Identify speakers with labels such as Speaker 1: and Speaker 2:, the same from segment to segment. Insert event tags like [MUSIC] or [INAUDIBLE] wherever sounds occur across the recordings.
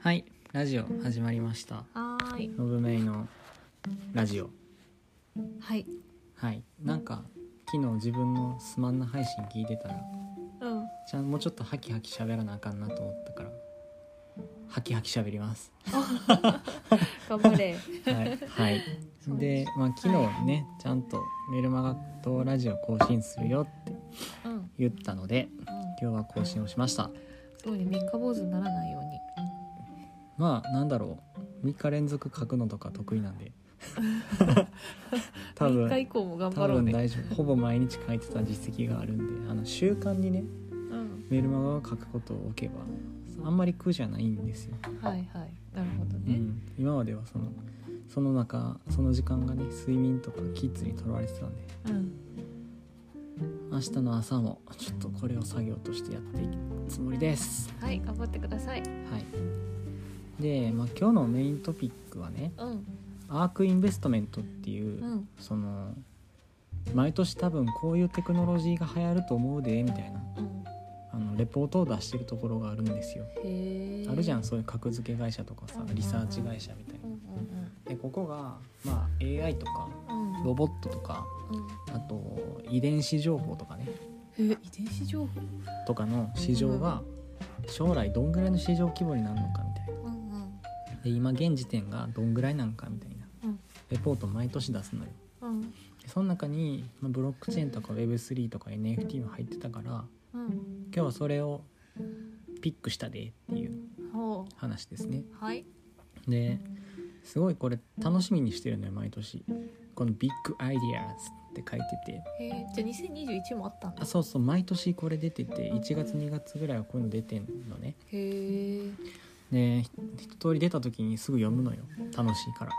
Speaker 1: はい、ラジオ始まりました。
Speaker 2: はーい。
Speaker 1: ロブメイのラジオ。
Speaker 2: はい。
Speaker 1: はい、なんか昨日自分のスマンナ配信聞いてたら、
Speaker 2: うん。
Speaker 1: じゃあもうちょっとハキハキ喋らなあかんなと思ったから、ハキハキ喋ります。
Speaker 2: 頑張れ。
Speaker 1: はい、 [LAUGHS] はい。
Speaker 2: そうで
Speaker 1: で、まあ昨日ね、ちゃんとメルマガとラジオ更新するよって
Speaker 2: [LAUGHS] うん。うん。
Speaker 1: 言ったので、今日は更新をしました。
Speaker 2: そうね、三日坊主にならないように。
Speaker 1: まあなんだろう、3日連続書くのとか得意なん
Speaker 2: [LAUGHS]
Speaker 1: で。 [LAUGHS] 多
Speaker 2: 三
Speaker 1: 分
Speaker 2: 日以降も頑張
Speaker 1: 多
Speaker 2: ろう
Speaker 1: 分
Speaker 2: ね。
Speaker 1: 大丈夫ほぼ毎日書いてた実績があるんであの習慣にね
Speaker 2: うん。
Speaker 1: メルマガを書くことを置けばあんまり苦じゃないんですよ、
Speaker 2: はいはい。なるほど
Speaker 1: う
Speaker 2: ね。
Speaker 1: ん、今まではそのその中その時間がね睡眠とかキッズにとらわれてたんで
Speaker 2: うん。
Speaker 1: 明日の朝もちょっとこれを作業としてやっていくつもりです
Speaker 2: はい、頑張ってください。
Speaker 1: はいで、まあ、今日のメイントピックはね
Speaker 2: うん。
Speaker 1: アークインベストメントっていう、
Speaker 2: うん。
Speaker 1: その毎年多分こういうテクノロジーが流行ると思うでみたいな
Speaker 2: うん。
Speaker 1: あのレポートを出してるところがあるんですよ
Speaker 2: へえ。
Speaker 1: あるじゃん。そういう格付け会社とかさ
Speaker 2: うん
Speaker 1: リサーチ会社みたい
Speaker 2: うんうん
Speaker 1: なでここが、まあ、AI とか
Speaker 2: うん。うん。
Speaker 1: ロボットとか
Speaker 2: うん。
Speaker 1: あと遺伝子情報とかね
Speaker 2: へえ、遺伝子情報。
Speaker 1: とかの市場が将来どんぐらいの市場規模になるのかみたい
Speaker 2: うんうん。
Speaker 1: なで今現時点がどんぐらいなのかみたいな
Speaker 2: うん
Speaker 1: レポートを毎年出すのよ
Speaker 2: うん。
Speaker 1: でその中にまあブロックチェーンとか Web3 とか NFT も入ってたから
Speaker 2: うん。
Speaker 1: 今日はそれをピックしたでっていう
Speaker 2: ほ
Speaker 1: 話ですね
Speaker 2: う。はい。
Speaker 1: ですごいこれ楽しみにしてるのよ毎年このビッグアイディアズって書いてて
Speaker 2: へえ、じゃあ二千二十一もあったんだ
Speaker 1: あ。そうそう毎年これ出てて1月2月ぐらいはこういうの出てんのね
Speaker 2: へえ。うん。
Speaker 1: でひ一通り出た時にすぐ読むのよ楽しいから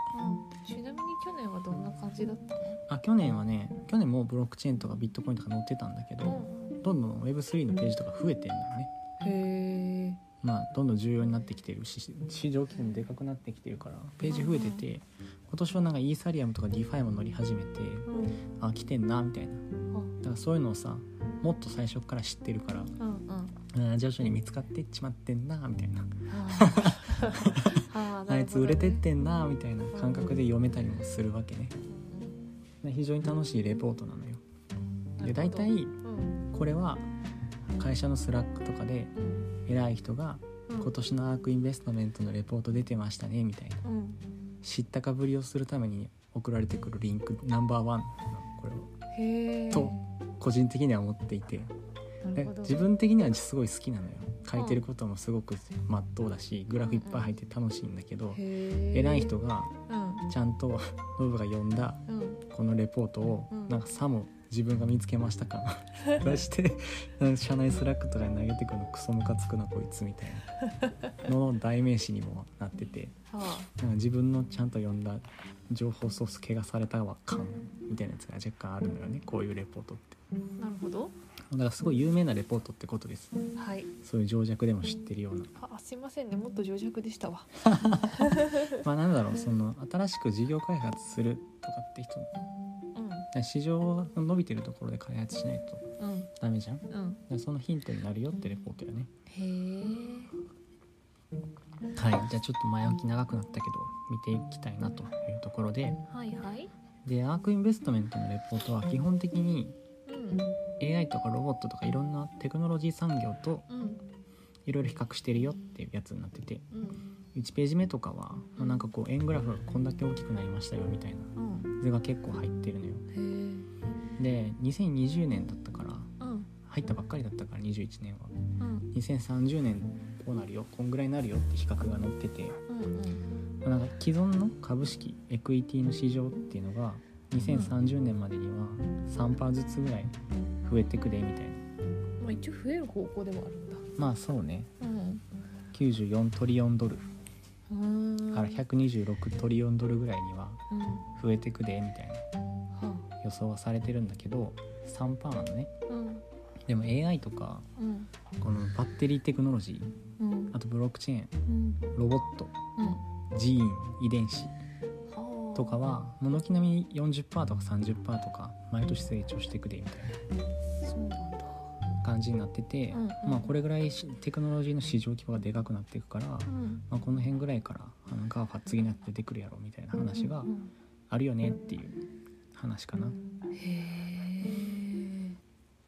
Speaker 2: ちなみに去年はどんな感じだった
Speaker 1: あ去年はね去年もブロックチェーンとかビットコインとか載ってたんだけど
Speaker 2: の？
Speaker 1: どんどん Web3 のページとか増えてんのよね
Speaker 2: うん。へえ。
Speaker 1: まあどんどん重要になってきてるし市場規模もでかくなってきてるからページ増えてて今年はなんかイーサリアムとか DeFi も乗り始めて
Speaker 2: うん。
Speaker 1: あ来てんなみたいな
Speaker 2: あ、
Speaker 1: だからそういうのをさもっと最初から知ってるから
Speaker 2: うんうん。
Speaker 1: あー徐々に見つかってっちまってんなみたいな
Speaker 2: あー
Speaker 1: あいつ売れてっ。
Speaker 2: あーなるほどね
Speaker 1: てんなみたいな感覚で読めたりもするわけねで非常に楽しいレポートなのよで大体
Speaker 2: うん
Speaker 1: これは会社のスラックとかで
Speaker 2: うん
Speaker 1: 偉い人が
Speaker 2: うん
Speaker 1: 今年のアークインベストメントのレポート出てましたねみたいな
Speaker 2: うん
Speaker 1: 知ったかぶりをするために送られてくるリンクナンバーワンなのこれを
Speaker 2: へえ
Speaker 1: と個人的には思っていて
Speaker 2: な
Speaker 1: で
Speaker 2: るほど
Speaker 1: 自分的にはすごい好きなのよ書いてることもすごくまっとうだしグラフいっぱい入って楽しいんだけど、
Speaker 2: へえ
Speaker 1: 偉い人が
Speaker 2: うん
Speaker 1: ちゃんと [LAUGHS] ノブが読んだ
Speaker 2: うん
Speaker 1: このレポートを、
Speaker 2: うん
Speaker 1: なんかさも自分が見つけましたか [LAUGHS] 出してうん社内スラックとかに投げてくるのクソムカつくなこいつみたいなのの代名詞にもなってて
Speaker 2: は
Speaker 1: なんか自分のちゃんと読んだ情報ソース怪我されたわ感みたいなやつが若干あるのよねこういうレポートって
Speaker 2: あなるほど
Speaker 1: だからすごい有名なレポートってことです
Speaker 2: はい
Speaker 1: そういう情弱でも知ってるような
Speaker 2: ああすいませんねもっと情弱でしたわ
Speaker 1: まあなんだろうその新しく事業開発するとかって人だか
Speaker 2: うん
Speaker 1: ら市場の伸びてるところで開発しないと
Speaker 2: うん
Speaker 1: ダメじゃんだか
Speaker 2: うん
Speaker 1: らそのヒントになるよってレポートよね
Speaker 2: へえ
Speaker 1: はいじゃあちょっと前置き長くなったけど見ていきたいなというところで
Speaker 2: はいはい
Speaker 1: でアークインベストメントのレポートは基本的に
Speaker 2: うん
Speaker 1: AI とかロボットとかいろんなテクノロジー産業と
Speaker 2: うん
Speaker 1: いろいろ比較してるよっていうやつになってて
Speaker 2: うん
Speaker 1: 1ページ目とかは、まあなんかこう円グラフがこんだけ大きくなりましたよみたいな
Speaker 2: うん
Speaker 1: 図が結構入ってるのよ
Speaker 2: へえうん
Speaker 1: で2020年だったから
Speaker 2: うん
Speaker 1: 入ったばっかりだったから21年は
Speaker 2: うん
Speaker 1: 2030年こうなるよこんぐらいになるよって比較が載ってて
Speaker 2: うん
Speaker 1: まあなんか既存の株式エクイティの市場っていうのが2030年までには3%ずつぐらい増えてくでみたいな
Speaker 2: まあ一応増える方向でもあるんだ
Speaker 1: まあそうね
Speaker 2: うん
Speaker 1: 94トリオンドル
Speaker 2: うーん
Speaker 1: から126トリオンドルぐらいには
Speaker 2: うん
Speaker 1: 増えてくでみたいな
Speaker 2: は
Speaker 1: 予想はされてるんだけど3%なのね
Speaker 2: あうん
Speaker 1: でも AI とか
Speaker 2: うん
Speaker 1: このバッテリーテクノロジー
Speaker 2: うん
Speaker 1: あとブロックチェーン
Speaker 2: うん
Speaker 1: ロボット
Speaker 2: うん
Speaker 1: ジーン遺伝子
Speaker 2: はあ
Speaker 1: とかはもう軒並み40%とか30%とか毎年成長してくでみたい
Speaker 2: そうなんだ
Speaker 1: な感じになってて、
Speaker 2: うんうん
Speaker 1: まあ、これぐらいしテクノロジーの市場規模がでかくなっていくから、
Speaker 2: うん
Speaker 1: まあ、この辺ぐらいからあの GAFA 次になって出てくるやろみたいな話が
Speaker 2: うん
Speaker 1: あるよねっていう話かな、
Speaker 2: うんへ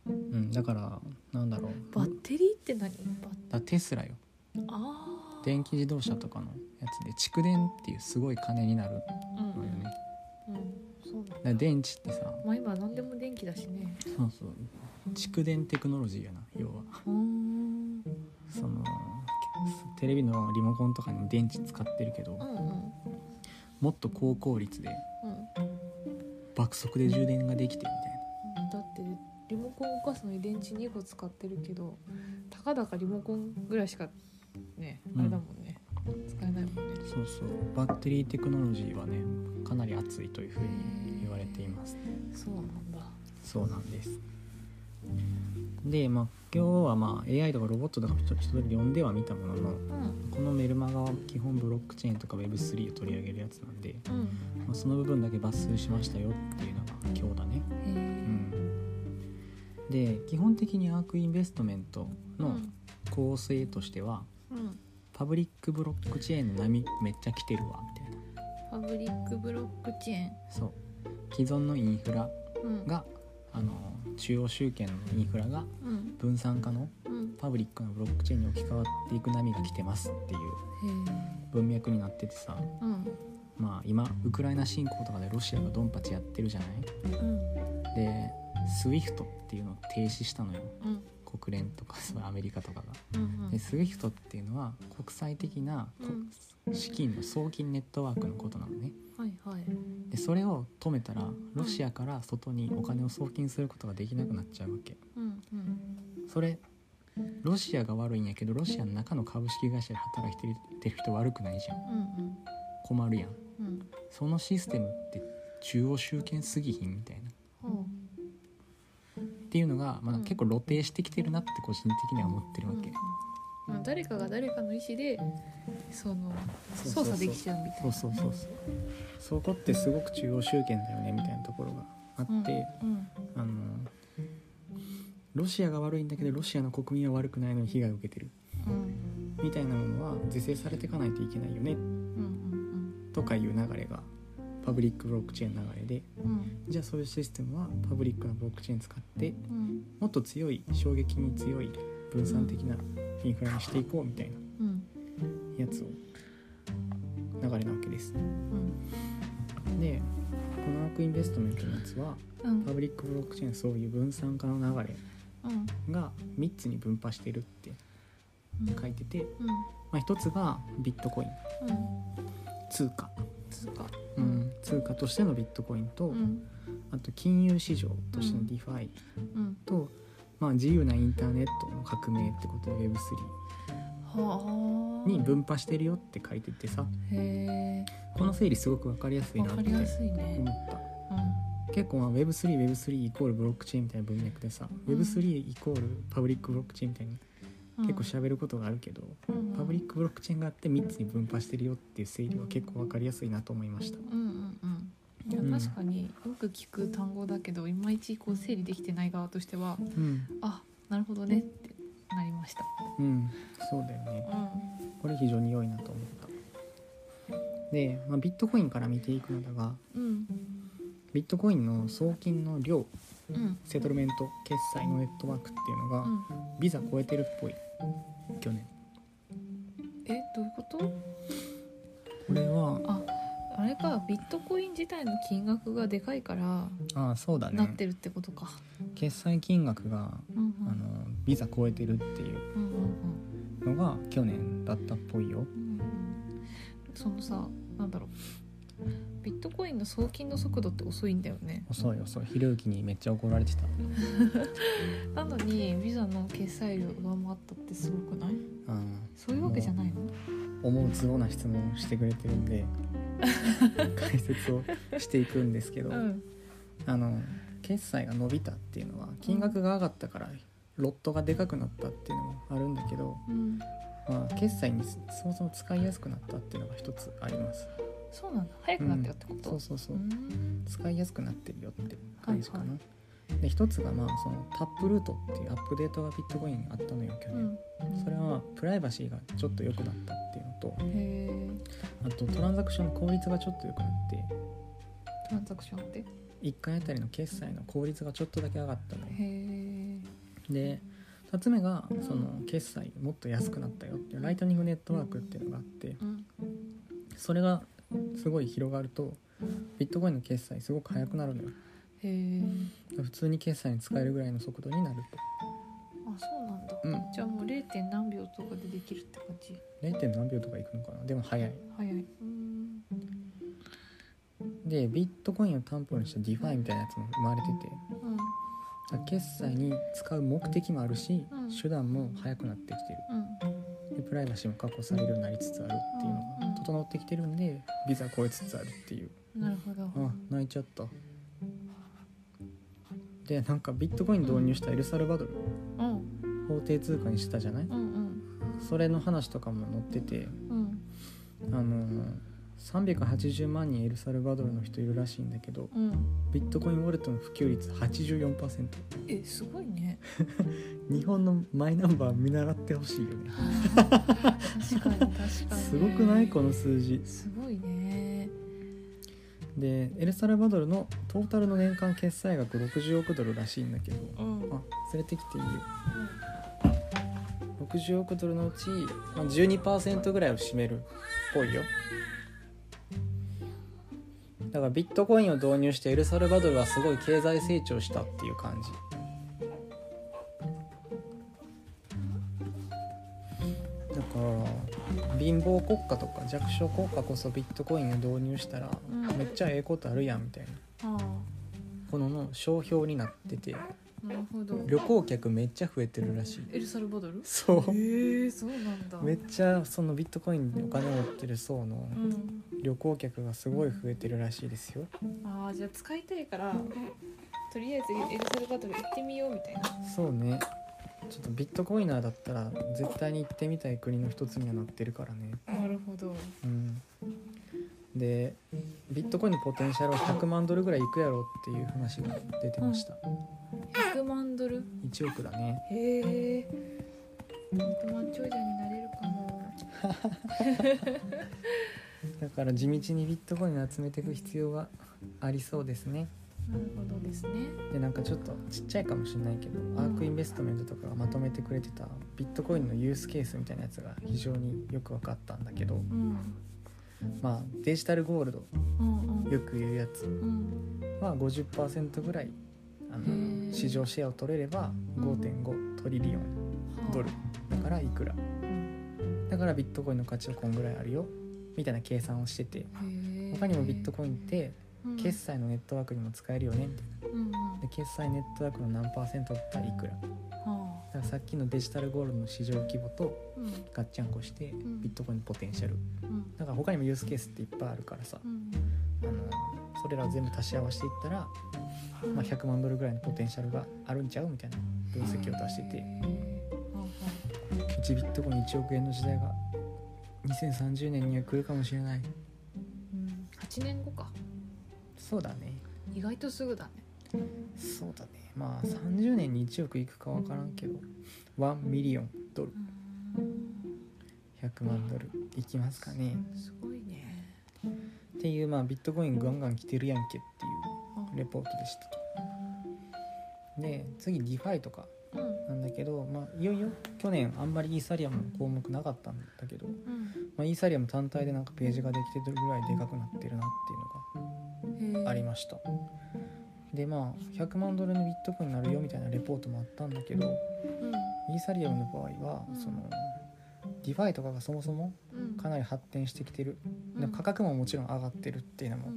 Speaker 1: うん、だからなんだろう
Speaker 2: ーバッテリーって何バッ
Speaker 1: だテスラよ
Speaker 2: あー
Speaker 1: 電気自動車とかのやつで蓄電っていうすごい金になる
Speaker 2: うん
Speaker 1: のよねだか
Speaker 2: うんそうなんだ
Speaker 1: ら電池ってさ
Speaker 2: まあ今何でも電気だしね
Speaker 1: そうそう蓄電テクノロジーやな要は
Speaker 2: うん
Speaker 1: そのテレビのリモコンとかにも電池使ってるけど
Speaker 2: うんうん
Speaker 1: もっと高効率で
Speaker 2: うん
Speaker 1: 爆速で充電ができてみたい
Speaker 2: だってリモコン動かすのに電池2個使ってるけどたかだかリモコンぐらいしかね
Speaker 1: うん
Speaker 2: あれだもんね、使えないもんね
Speaker 1: なそうそうバッテリーテクノロジーはねかなり熱いというふうに言われています
Speaker 2: そうなんだ
Speaker 1: そうなんですでまあ今日はまあ AI とかロボットとか一人で呼んではみたものの
Speaker 2: うん
Speaker 1: このメルマガは基本ブロックチェーンとか Web3 を取り上げるやつなんで、
Speaker 2: うん
Speaker 1: まあ、その部分だけ抜粋しましたよっていうのが今日だね
Speaker 2: へえ
Speaker 1: で基本的にアークインベストメント
Speaker 2: う
Speaker 1: の
Speaker 2: ん
Speaker 1: 構成としては、
Speaker 2: うん
Speaker 1: パブリックブロックチェーンの波めっちゃ来てるわみたいな
Speaker 2: パブリックブロックチェーン
Speaker 1: そう既存のインフラ
Speaker 2: うん
Speaker 1: があの中央集権のインフラが
Speaker 2: うん
Speaker 1: 分散化の
Speaker 2: うん
Speaker 1: パブリックなブロックチェーンに置き換わっていく波が来てますっていう
Speaker 2: へえ
Speaker 1: 文脈になっててさ
Speaker 2: うん
Speaker 1: まあ今ウクライナ侵攻とかでロシアがドンパチやってるじゃない
Speaker 2: うん
Speaker 1: で SWIFT っていうのを停止したのよ
Speaker 2: うん
Speaker 1: 国連とかそうアメリカとかが
Speaker 2: うん
Speaker 1: で SWIFT っていうのは国際的なこ
Speaker 2: うん
Speaker 1: 資金の送金ネットワークのことなのね
Speaker 2: はいはい
Speaker 1: でそれを止めたらロシアから外にお金を送金することができなくなっちゃうわけ
Speaker 2: うんうん
Speaker 1: それロシアが悪いんやけどロシアの中の株式会社で働いてる人悪くないじゃん
Speaker 2: うん
Speaker 1: 困るやん
Speaker 2: うんうん
Speaker 1: そのシステムって中央集権すぎひんみたいな
Speaker 2: ほ
Speaker 1: っていうのが、まあ、
Speaker 2: うん
Speaker 1: 結構露呈してきてるなって個人的には思って
Speaker 2: う
Speaker 1: るわけ、
Speaker 2: うんまあ誰かが誰かの意思でその
Speaker 1: そうそうそう
Speaker 2: 操作できちゃうみたい
Speaker 1: そう
Speaker 2: な
Speaker 1: そうそうそうそこってすごく中央集権だよねみたいなところがあって、
Speaker 2: うん
Speaker 1: あのロシアが悪いんだけどロシアの国民は悪くないのに被害を受けてる
Speaker 2: うん
Speaker 1: みたいなものは是正されていかないといけないよね
Speaker 2: うん
Speaker 1: とかいう流れがパブリックブロックチェーンの流れで
Speaker 2: うんうん
Speaker 1: じゃあそういうシステムはパブリックなブロックチェーン使って
Speaker 2: うん
Speaker 1: もっと強い衝撃に強い分散的なインフラにしていこうみたいな
Speaker 2: うん
Speaker 1: やつを流れなわけです。
Speaker 2: うん
Speaker 1: でこのアークインベストメントのやつは
Speaker 2: うん
Speaker 1: パブリックブロックチェーンそういう分散化の流
Speaker 2: うん
Speaker 1: れが3つに分派してるって書いてて、
Speaker 2: うん
Speaker 1: まあ、1つがビットコイン
Speaker 2: うん
Speaker 1: 通貨、
Speaker 2: つうか
Speaker 1: うん、通貨としてのビットコインと、
Speaker 2: うん
Speaker 1: あと金融市場としての DeFi
Speaker 2: うん
Speaker 1: と、まあ、自由なインターネットの革命ってことで Web3
Speaker 2: はあ
Speaker 1: に分派してるよって書いててさ
Speaker 2: へ
Speaker 1: この整理すごく分かりやす
Speaker 2: え
Speaker 1: い
Speaker 2: わ
Speaker 1: なっ
Speaker 2: か
Speaker 1: て
Speaker 2: り
Speaker 1: 思
Speaker 2: やすいね
Speaker 1: った。
Speaker 2: う
Speaker 1: 結構まあ Web3Web3 イコールブロックチェーンみたいな文脈でさ、
Speaker 2: うん
Speaker 1: Web3 イコールパブリックブロックチェーンみたいに
Speaker 2: ん
Speaker 1: 結構喋ることがあるけど、
Speaker 2: うん
Speaker 1: パブリックブロックチェーンがあって3つに分派してるよっていう整理は結構分かりやすいなと思いました、
Speaker 2: うんうんうんいや
Speaker 1: うん
Speaker 2: 確かによく聞く単語だけどいまいちこう整理できてない側としては
Speaker 1: うん
Speaker 2: あなるほどねってなりました
Speaker 1: うん、そうだよね
Speaker 2: うん
Speaker 1: これ非常に良いなと思ったで、まあ、ビットコインから見ていくのだが
Speaker 2: うん
Speaker 1: ビットコインの送金の量
Speaker 2: うん
Speaker 1: セトルメント決済のネットワークっていうのが、
Speaker 2: うん
Speaker 1: ビザ超えてるっぽい去年
Speaker 2: えどういうこと
Speaker 1: これは
Speaker 2: ああれかビットコイン自体の金額がでかいから
Speaker 1: ああそうだ
Speaker 2: な
Speaker 1: ね
Speaker 2: ってるってことか。
Speaker 1: 決済金額が
Speaker 2: うんうん
Speaker 1: あのビザ超えてるっていう
Speaker 2: うんうん
Speaker 1: のが去年だったっぽいよ。
Speaker 2: うんうんそのさなんだろうビットコインの送金の速度って遅いんだよね。
Speaker 1: 遅い遅いひろゆきにめっちゃ怒られてた
Speaker 2: なのにビザの決済量が上回ったってすごくない
Speaker 1: うん
Speaker 2: そういうわけじゃないの
Speaker 1: 思うツボな質問をしてくれてるん
Speaker 2: [LAUGHS]
Speaker 1: で解説をしていくんですけど、
Speaker 2: うん
Speaker 1: あの決済が伸びたっていうのは金額が上がったからロットがでかくなったっていうのもあるんだけど、
Speaker 2: うん
Speaker 1: まあ、決済にそもそも使いやすくなったっていうのが一つあります。
Speaker 2: そうなんだ早くなったよってこ
Speaker 1: そ
Speaker 2: と
Speaker 1: うそうそうう、
Speaker 2: ん
Speaker 1: 使いやすくなってるよって感じかな。
Speaker 2: は
Speaker 1: で一つがまあそのタップルートっていうアップデートがビットコインあったのよ去
Speaker 2: う
Speaker 1: 年、
Speaker 2: ん
Speaker 1: それはまあプライバシーがちょっと良くなったっていうのと
Speaker 2: へえ
Speaker 1: あとトランザクションの効率がちょっと良くなって
Speaker 2: トランザクションってへ
Speaker 1: 1回あたりの決済の効率がちょっとだけ上がったの
Speaker 2: え
Speaker 1: で2つ目がその決済もっと安くなったよっていうライトニングネットワークっていうのがあって
Speaker 2: うん
Speaker 1: それがすごい広がるとビットコインの決済すごく速くなるのよ
Speaker 2: へえ
Speaker 1: 普通に決済に使えるぐらいの速度になる
Speaker 2: あそうなんだ、
Speaker 1: うん
Speaker 2: じゃあもう 0. 点何秒とかでできるって感じ
Speaker 1: と 0. 何秒とかいくのかなでも速い
Speaker 2: 早いうーん
Speaker 1: でビットコインを担保にしたディファイみたいなやつも生まれてて
Speaker 2: うん
Speaker 1: だから決済に使う目的もあるし、
Speaker 2: うん
Speaker 1: 手段も速くなってきて
Speaker 2: うん
Speaker 1: るでプライバシーも確保されるようになりつつあるっていうの
Speaker 2: うん
Speaker 1: が整ってきてるんでビザ超えつつあるっていう
Speaker 2: なるほど
Speaker 1: あ泣いちゃったでなんかビットコイン導入したエルサルバドル
Speaker 2: うん
Speaker 1: 法定通貨にしたじゃない
Speaker 2: うんうん
Speaker 1: それの話とかも載ってて
Speaker 2: うん
Speaker 1: あのー380万人エルサルバドルの人いるらしいんだけど
Speaker 2: うん
Speaker 1: ビットコインウォレットの普及率84%
Speaker 2: えすごいね
Speaker 1: 日本のマイナンバー見習ってほしいよね
Speaker 2: 確かに確かに
Speaker 1: すごくないこの数字
Speaker 2: すごいね
Speaker 1: でエルサルバドルのトータルの年間決済額60億ドルらしいんだけど
Speaker 2: うん
Speaker 1: あ連れてきていいよ60億ドルのうち、まあ、12%ぐらいを占めるっぽいよだからビットコインを導入してエルサルバドルはすごい経済成長したっていう感じだから貧乏国家とか弱小国家こそビットコインを導入したら
Speaker 2: うん
Speaker 1: めっちゃええことあるやんみたいな
Speaker 2: あ
Speaker 1: このの商標になってて
Speaker 2: あなるほど
Speaker 1: 旅行客めっちゃ増えてるらしい
Speaker 2: エルサルバドル
Speaker 1: そう
Speaker 2: えー、そうなんだ
Speaker 1: めっちゃそのビットコインにお金を持ってる層の
Speaker 2: うん
Speaker 1: 旅行客がすごい増えてるらしいですよ
Speaker 2: ああじゃあ使いたいからとりあえずエルサルバドル行ってみようみたいな
Speaker 1: そうねちょっとビットコイナーだったら絶対に行ってみたい国の一つにはなってるからね
Speaker 2: なるほど
Speaker 1: うんでビットコインのポテンシャルは100万ドルぐらいいくやろっていう話が出てました
Speaker 2: 100万ドル
Speaker 1: 1億だね
Speaker 2: へえ100万長者になれるかも
Speaker 1: だから地道にビットコインを集めていく必要がありそうですね
Speaker 2: なるほどですね
Speaker 1: でなんかちょっとちっちゃいかもしれないけどアークインベストメントとかがまとめてくれてたビットコインのユースケースみたいなやつが非常によく分かったんだけど
Speaker 2: うん
Speaker 1: まあデジタルゴールド
Speaker 2: うんうん
Speaker 1: よく言うやつ
Speaker 2: うん
Speaker 1: は50%ぐらいあ
Speaker 2: へー
Speaker 1: の市場シェアを取れれば5.5トリリオン
Speaker 2: はあ
Speaker 1: ドルだからいくら
Speaker 2: うん
Speaker 1: だからビットコインの価値はこんぐらいあるよみたいな計算をしてて
Speaker 2: へえ
Speaker 1: 他にもビットコインって
Speaker 2: うん
Speaker 1: 決済のネットワークにも使えるよねみたい
Speaker 2: うんうん
Speaker 1: なで決済ネットワークの何パーセントだったらいくら
Speaker 2: は
Speaker 1: だからさっきのデジタルゴールドの市場規模と
Speaker 2: あうん
Speaker 1: ガッチャンコして
Speaker 2: ん
Speaker 1: ビットコインのポテンシャル
Speaker 2: うん
Speaker 1: だから他にもユースケースっていっぱいあるからさ
Speaker 2: うん
Speaker 1: あのそれらを全部足し合わせていったら、まあ、100万ドルぐらいのポテンシャルがあるんちゃうみたいな分析を出して
Speaker 2: へ
Speaker 1: て
Speaker 2: えはあは
Speaker 1: 1ビットコイン1億円の時代が2030年には来るかもしれない
Speaker 2: あうん8年後か
Speaker 1: そうだね
Speaker 2: 意外とすぐだね
Speaker 1: そうだねまあ30年に1億いくか分からんけど1ミリオンドル
Speaker 2: うん
Speaker 1: 100万ドルいきますかね
Speaker 2: すごいね
Speaker 1: っていうまあビットコインガンガン来てるやんけっていう
Speaker 2: あ
Speaker 1: レポートでしたと。で次 DeFi とか
Speaker 2: うん
Speaker 1: なんだけど、まあ、いよいよ去年あんまりイーサリアムの項目なかったんだけど、
Speaker 2: うん
Speaker 1: まあ、イーサリアム単体でなんかページができてるぐらいでかくなってるなっていう
Speaker 2: へ
Speaker 1: の
Speaker 2: え
Speaker 1: がありました。でまあ100万ドルのビットコインになるよみたいなレポートもあったんだけど
Speaker 2: うん
Speaker 1: イーサリアムの場合は
Speaker 2: うん
Speaker 1: その DeFi とかがそもそも
Speaker 2: うん
Speaker 1: かなり発展してきてる
Speaker 2: うん
Speaker 1: で価格ももちろん上がってるっていうの
Speaker 2: う
Speaker 1: も
Speaker 2: ん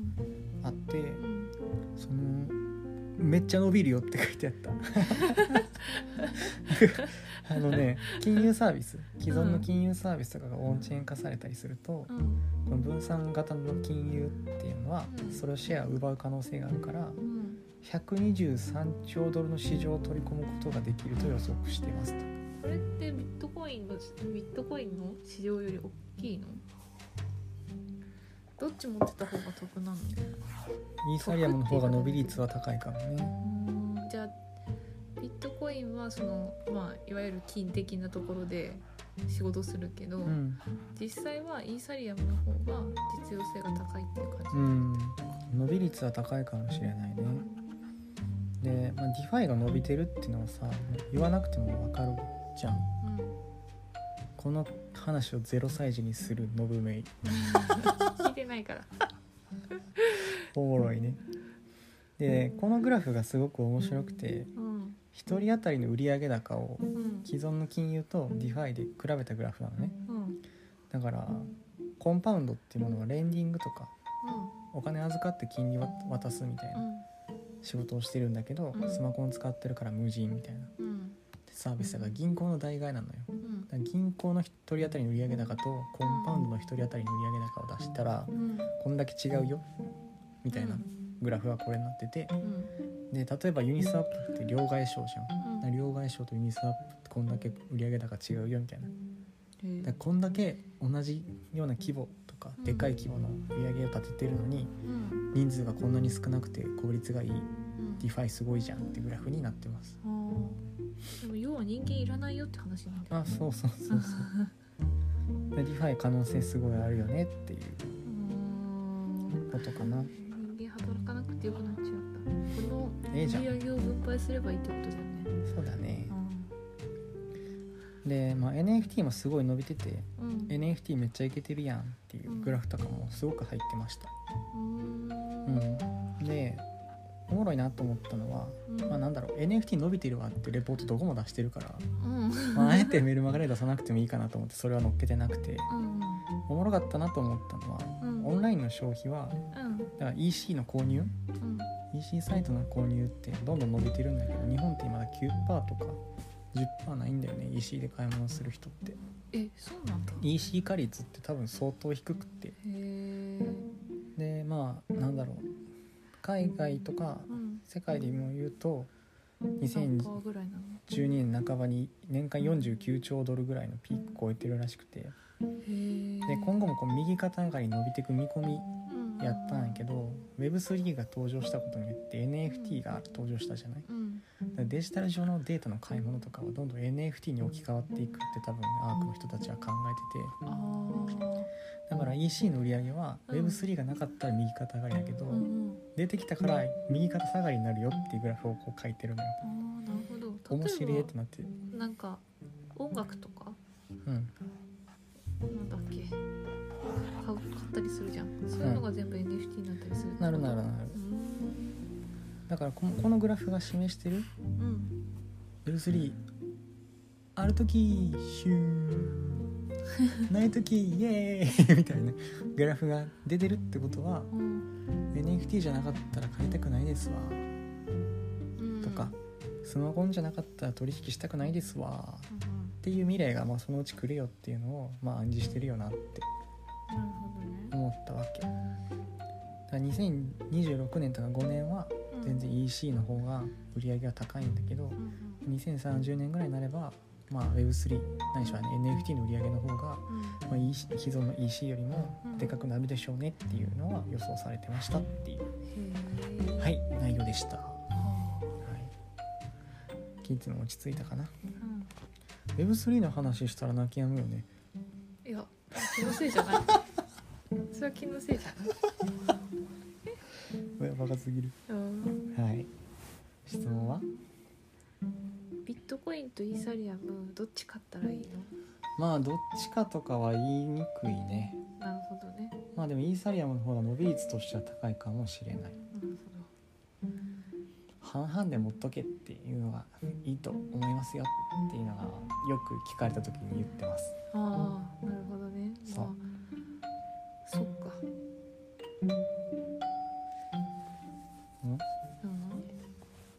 Speaker 1: あって
Speaker 2: うん
Speaker 1: そのめっちゃ伸びるよって書いてあった
Speaker 2: [LAUGHS]
Speaker 1: あのね金融サービス既存の金融サービスとかがオンチェーン化されたりすると、
Speaker 2: うん
Speaker 1: この分散型の金融っていうのは
Speaker 2: うん
Speaker 1: それをシェアを奪う可能性があるから
Speaker 2: うん
Speaker 1: 123兆ドルの市場を取り込むことができると予測してますと
Speaker 2: これってビットコインのビットコインの市場より大きいのどっち持ってた方が得なの
Speaker 1: イーサリアムの方が伸び率は高いからね
Speaker 2: うーんじゃあ行員はその、まあ、いわゆる金的なところで仕事するけど、
Speaker 1: うん、
Speaker 2: 実際はイーサリアムの方が実用性が高いっていう感じ、
Speaker 1: うん、伸び率は高いかもしれないねで、まあ、ディファイが伸びてるっていうのはさ言わなくても分かるじゃんこの話をゼロ歳児にするノブメイ
Speaker 2: うん、聞いてないから
Speaker 1: おもろいねでこのグラフがすごく面白くて
Speaker 2: うん
Speaker 1: 1人当たりの売上高を
Speaker 2: うん
Speaker 1: 既存の金融とディファイで比べたグラフなのね
Speaker 2: うんうん
Speaker 1: だからコンパウンドっていうものはレンディングとかお金預かって金利わ渡すみたいな仕事をしてるんだけど
Speaker 2: うん
Speaker 1: スマホン使ってるから無人みたいな
Speaker 2: うんうん
Speaker 1: でサービスだから銀行の代替なのよ
Speaker 2: うん
Speaker 1: だから銀行の1人当たりの売上高とコンパウンドの1人当たりの売上高を出したら
Speaker 2: うん
Speaker 1: こんだけ違うよみたいなグラフがこれになってて
Speaker 2: うんうん
Speaker 1: で例えばユニスワップって両替商じゃん
Speaker 2: うん
Speaker 1: だから両替商とユニスワップってこんだけ売上高違うよみたいなだか
Speaker 2: へ
Speaker 1: ら
Speaker 2: え
Speaker 1: こんだけ同じような規模とか
Speaker 2: うん
Speaker 1: でかい規模の売上を立ててるのに
Speaker 2: うん
Speaker 1: 人数がこんなに少なくて効率がいい
Speaker 2: うん
Speaker 1: ディファイすごいじゃんってグラフになってます
Speaker 2: あーでも要は人間いらないよって話なんだよ
Speaker 1: あそうそうそう
Speaker 2: [LAUGHS]
Speaker 1: そうでディファイ可能性すごいあるよねっていう
Speaker 2: うーん
Speaker 1: ことかな
Speaker 2: 人間働かなくてよくなっちゃったこ
Speaker 1: ええじゃん
Speaker 2: の売り上げを分配すればいいってことだよね
Speaker 1: そうだね
Speaker 2: う
Speaker 1: で、まあ、NFT もすごい伸びてて
Speaker 2: んうん
Speaker 1: NFT めっちゃイケてるやんっていうグラフとかもすごく入ってました
Speaker 2: うーん
Speaker 1: うん、でおもろいなと思ったのは、
Speaker 2: うん
Speaker 1: まあ、なんだろう NFT 伸びてるわってレポートどこも出してるから、
Speaker 2: うん
Speaker 1: まあ、あえてメルマガで出さなくてもいいかなと思ってそれは載っけてなくて
Speaker 2: うん
Speaker 1: おもろかったなと思ったのは
Speaker 2: うん
Speaker 1: オンラインの消費は
Speaker 2: うん
Speaker 1: だから EC の購入
Speaker 2: うん
Speaker 1: EC サイトの購入ってどんどん伸びてるんだけど日本ってまだ9%とか10%ないんだよね EC で買い物する人って
Speaker 2: えそうなんだ
Speaker 1: EC 化率って多分相当低くって
Speaker 2: へえ
Speaker 1: でまあなんだろう海外とか
Speaker 2: うん
Speaker 1: 世界でも言うと
Speaker 2: 何
Speaker 1: 2012
Speaker 2: パーぐらいなの
Speaker 1: 年半ばに年間49兆ドルぐらいのピーク超えてるらしくてで
Speaker 2: へえ
Speaker 1: 今後もこう右肩上がりに伸びていく見込み
Speaker 2: うん
Speaker 1: やったんやけど Web3 が登場したことによって NFT が登場したじゃない
Speaker 2: うん
Speaker 1: だからデジタル上のデータの買い物とかはどんどん NFT に置き換わっていくって多分アークの人たちは考えて
Speaker 2: あー
Speaker 1: てだから EC の売り上げは
Speaker 2: うん
Speaker 1: Web3 がなかったら右肩上がりやけど
Speaker 2: うんうん
Speaker 1: 出てきたから右肩下がりになるよっていうグラフをこう書いてるのよ
Speaker 2: あーなるほど
Speaker 1: 面白い
Speaker 2: 例
Speaker 1: っ
Speaker 2: え
Speaker 1: てなって
Speaker 2: ばなんか音楽とか
Speaker 1: うん
Speaker 2: なんだっけ買う買ったりするじゃんそういうのが全部 NFT になったりするってこと
Speaker 1: なるなるなる
Speaker 2: うーん
Speaker 1: だからこのこのグラフが示してる
Speaker 2: うん
Speaker 1: L3 ある時シュ
Speaker 2: [LAUGHS]
Speaker 1: ーない時イエーイ [LAUGHS] みたいなグラフが出てるってことは
Speaker 2: うん
Speaker 1: NFT じゃなかったら買いたくないですわ
Speaker 2: うん
Speaker 1: とか、スマホンじゃなかったら取引したくないですわっていう未来がまあそのうち来るよっていうのをまあ暗示してるよなって
Speaker 2: うんなるほどね
Speaker 1: 思ったわけだから2026年とか5年は
Speaker 2: うん
Speaker 1: 全然 EC の方が売り上げが高いんだけど、
Speaker 2: うん
Speaker 1: 2030年ぐらいになれば、まあ、Web3 ないしは、ね、NFT の売り上げの方が、ま
Speaker 2: うん
Speaker 1: あ、EC 既存の EC よりもでかくなるでしょうねっていうのは予想されてましたっていう、
Speaker 2: うんへえ
Speaker 1: はい、内容でした、は
Speaker 2: あ
Speaker 1: い、聞いても落ち着いたかな
Speaker 2: ーうん
Speaker 1: Web3 の話したら泣き止むよね
Speaker 2: いや気のせいじ
Speaker 1: [LAUGHS]
Speaker 2: ゃないそれは気のせいじゃない
Speaker 1: いやバカすぎる
Speaker 2: うん
Speaker 1: はい質問は
Speaker 2: ビットコインとイーサリアムどっち買ったらいいの
Speaker 1: まあどっちかとかは言いにくいね
Speaker 2: なるほどね
Speaker 1: まあでもイーサリアムの方が伸び率としては高いかもしれない
Speaker 2: なるほど
Speaker 1: 半々で持っとけっていうのがいいと思いますよっていうのがよく聞かれた時に言ってます
Speaker 2: ああ、なるほどね。
Speaker 1: そう
Speaker 2: まあ、そっか。
Speaker 1: うん
Speaker 2: うん。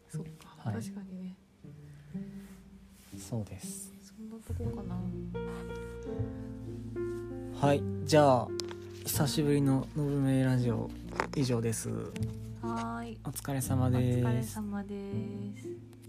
Speaker 2: そっ
Speaker 1: は
Speaker 2: か、
Speaker 1: い
Speaker 2: 確かにね。
Speaker 1: そうです
Speaker 2: そんなとこかな。
Speaker 1: はいじゃあ久しぶりの「のぶめいラジオ」以上です
Speaker 2: はーい。
Speaker 1: お疲れ様
Speaker 2: お
Speaker 1: です
Speaker 2: 疲れ様です。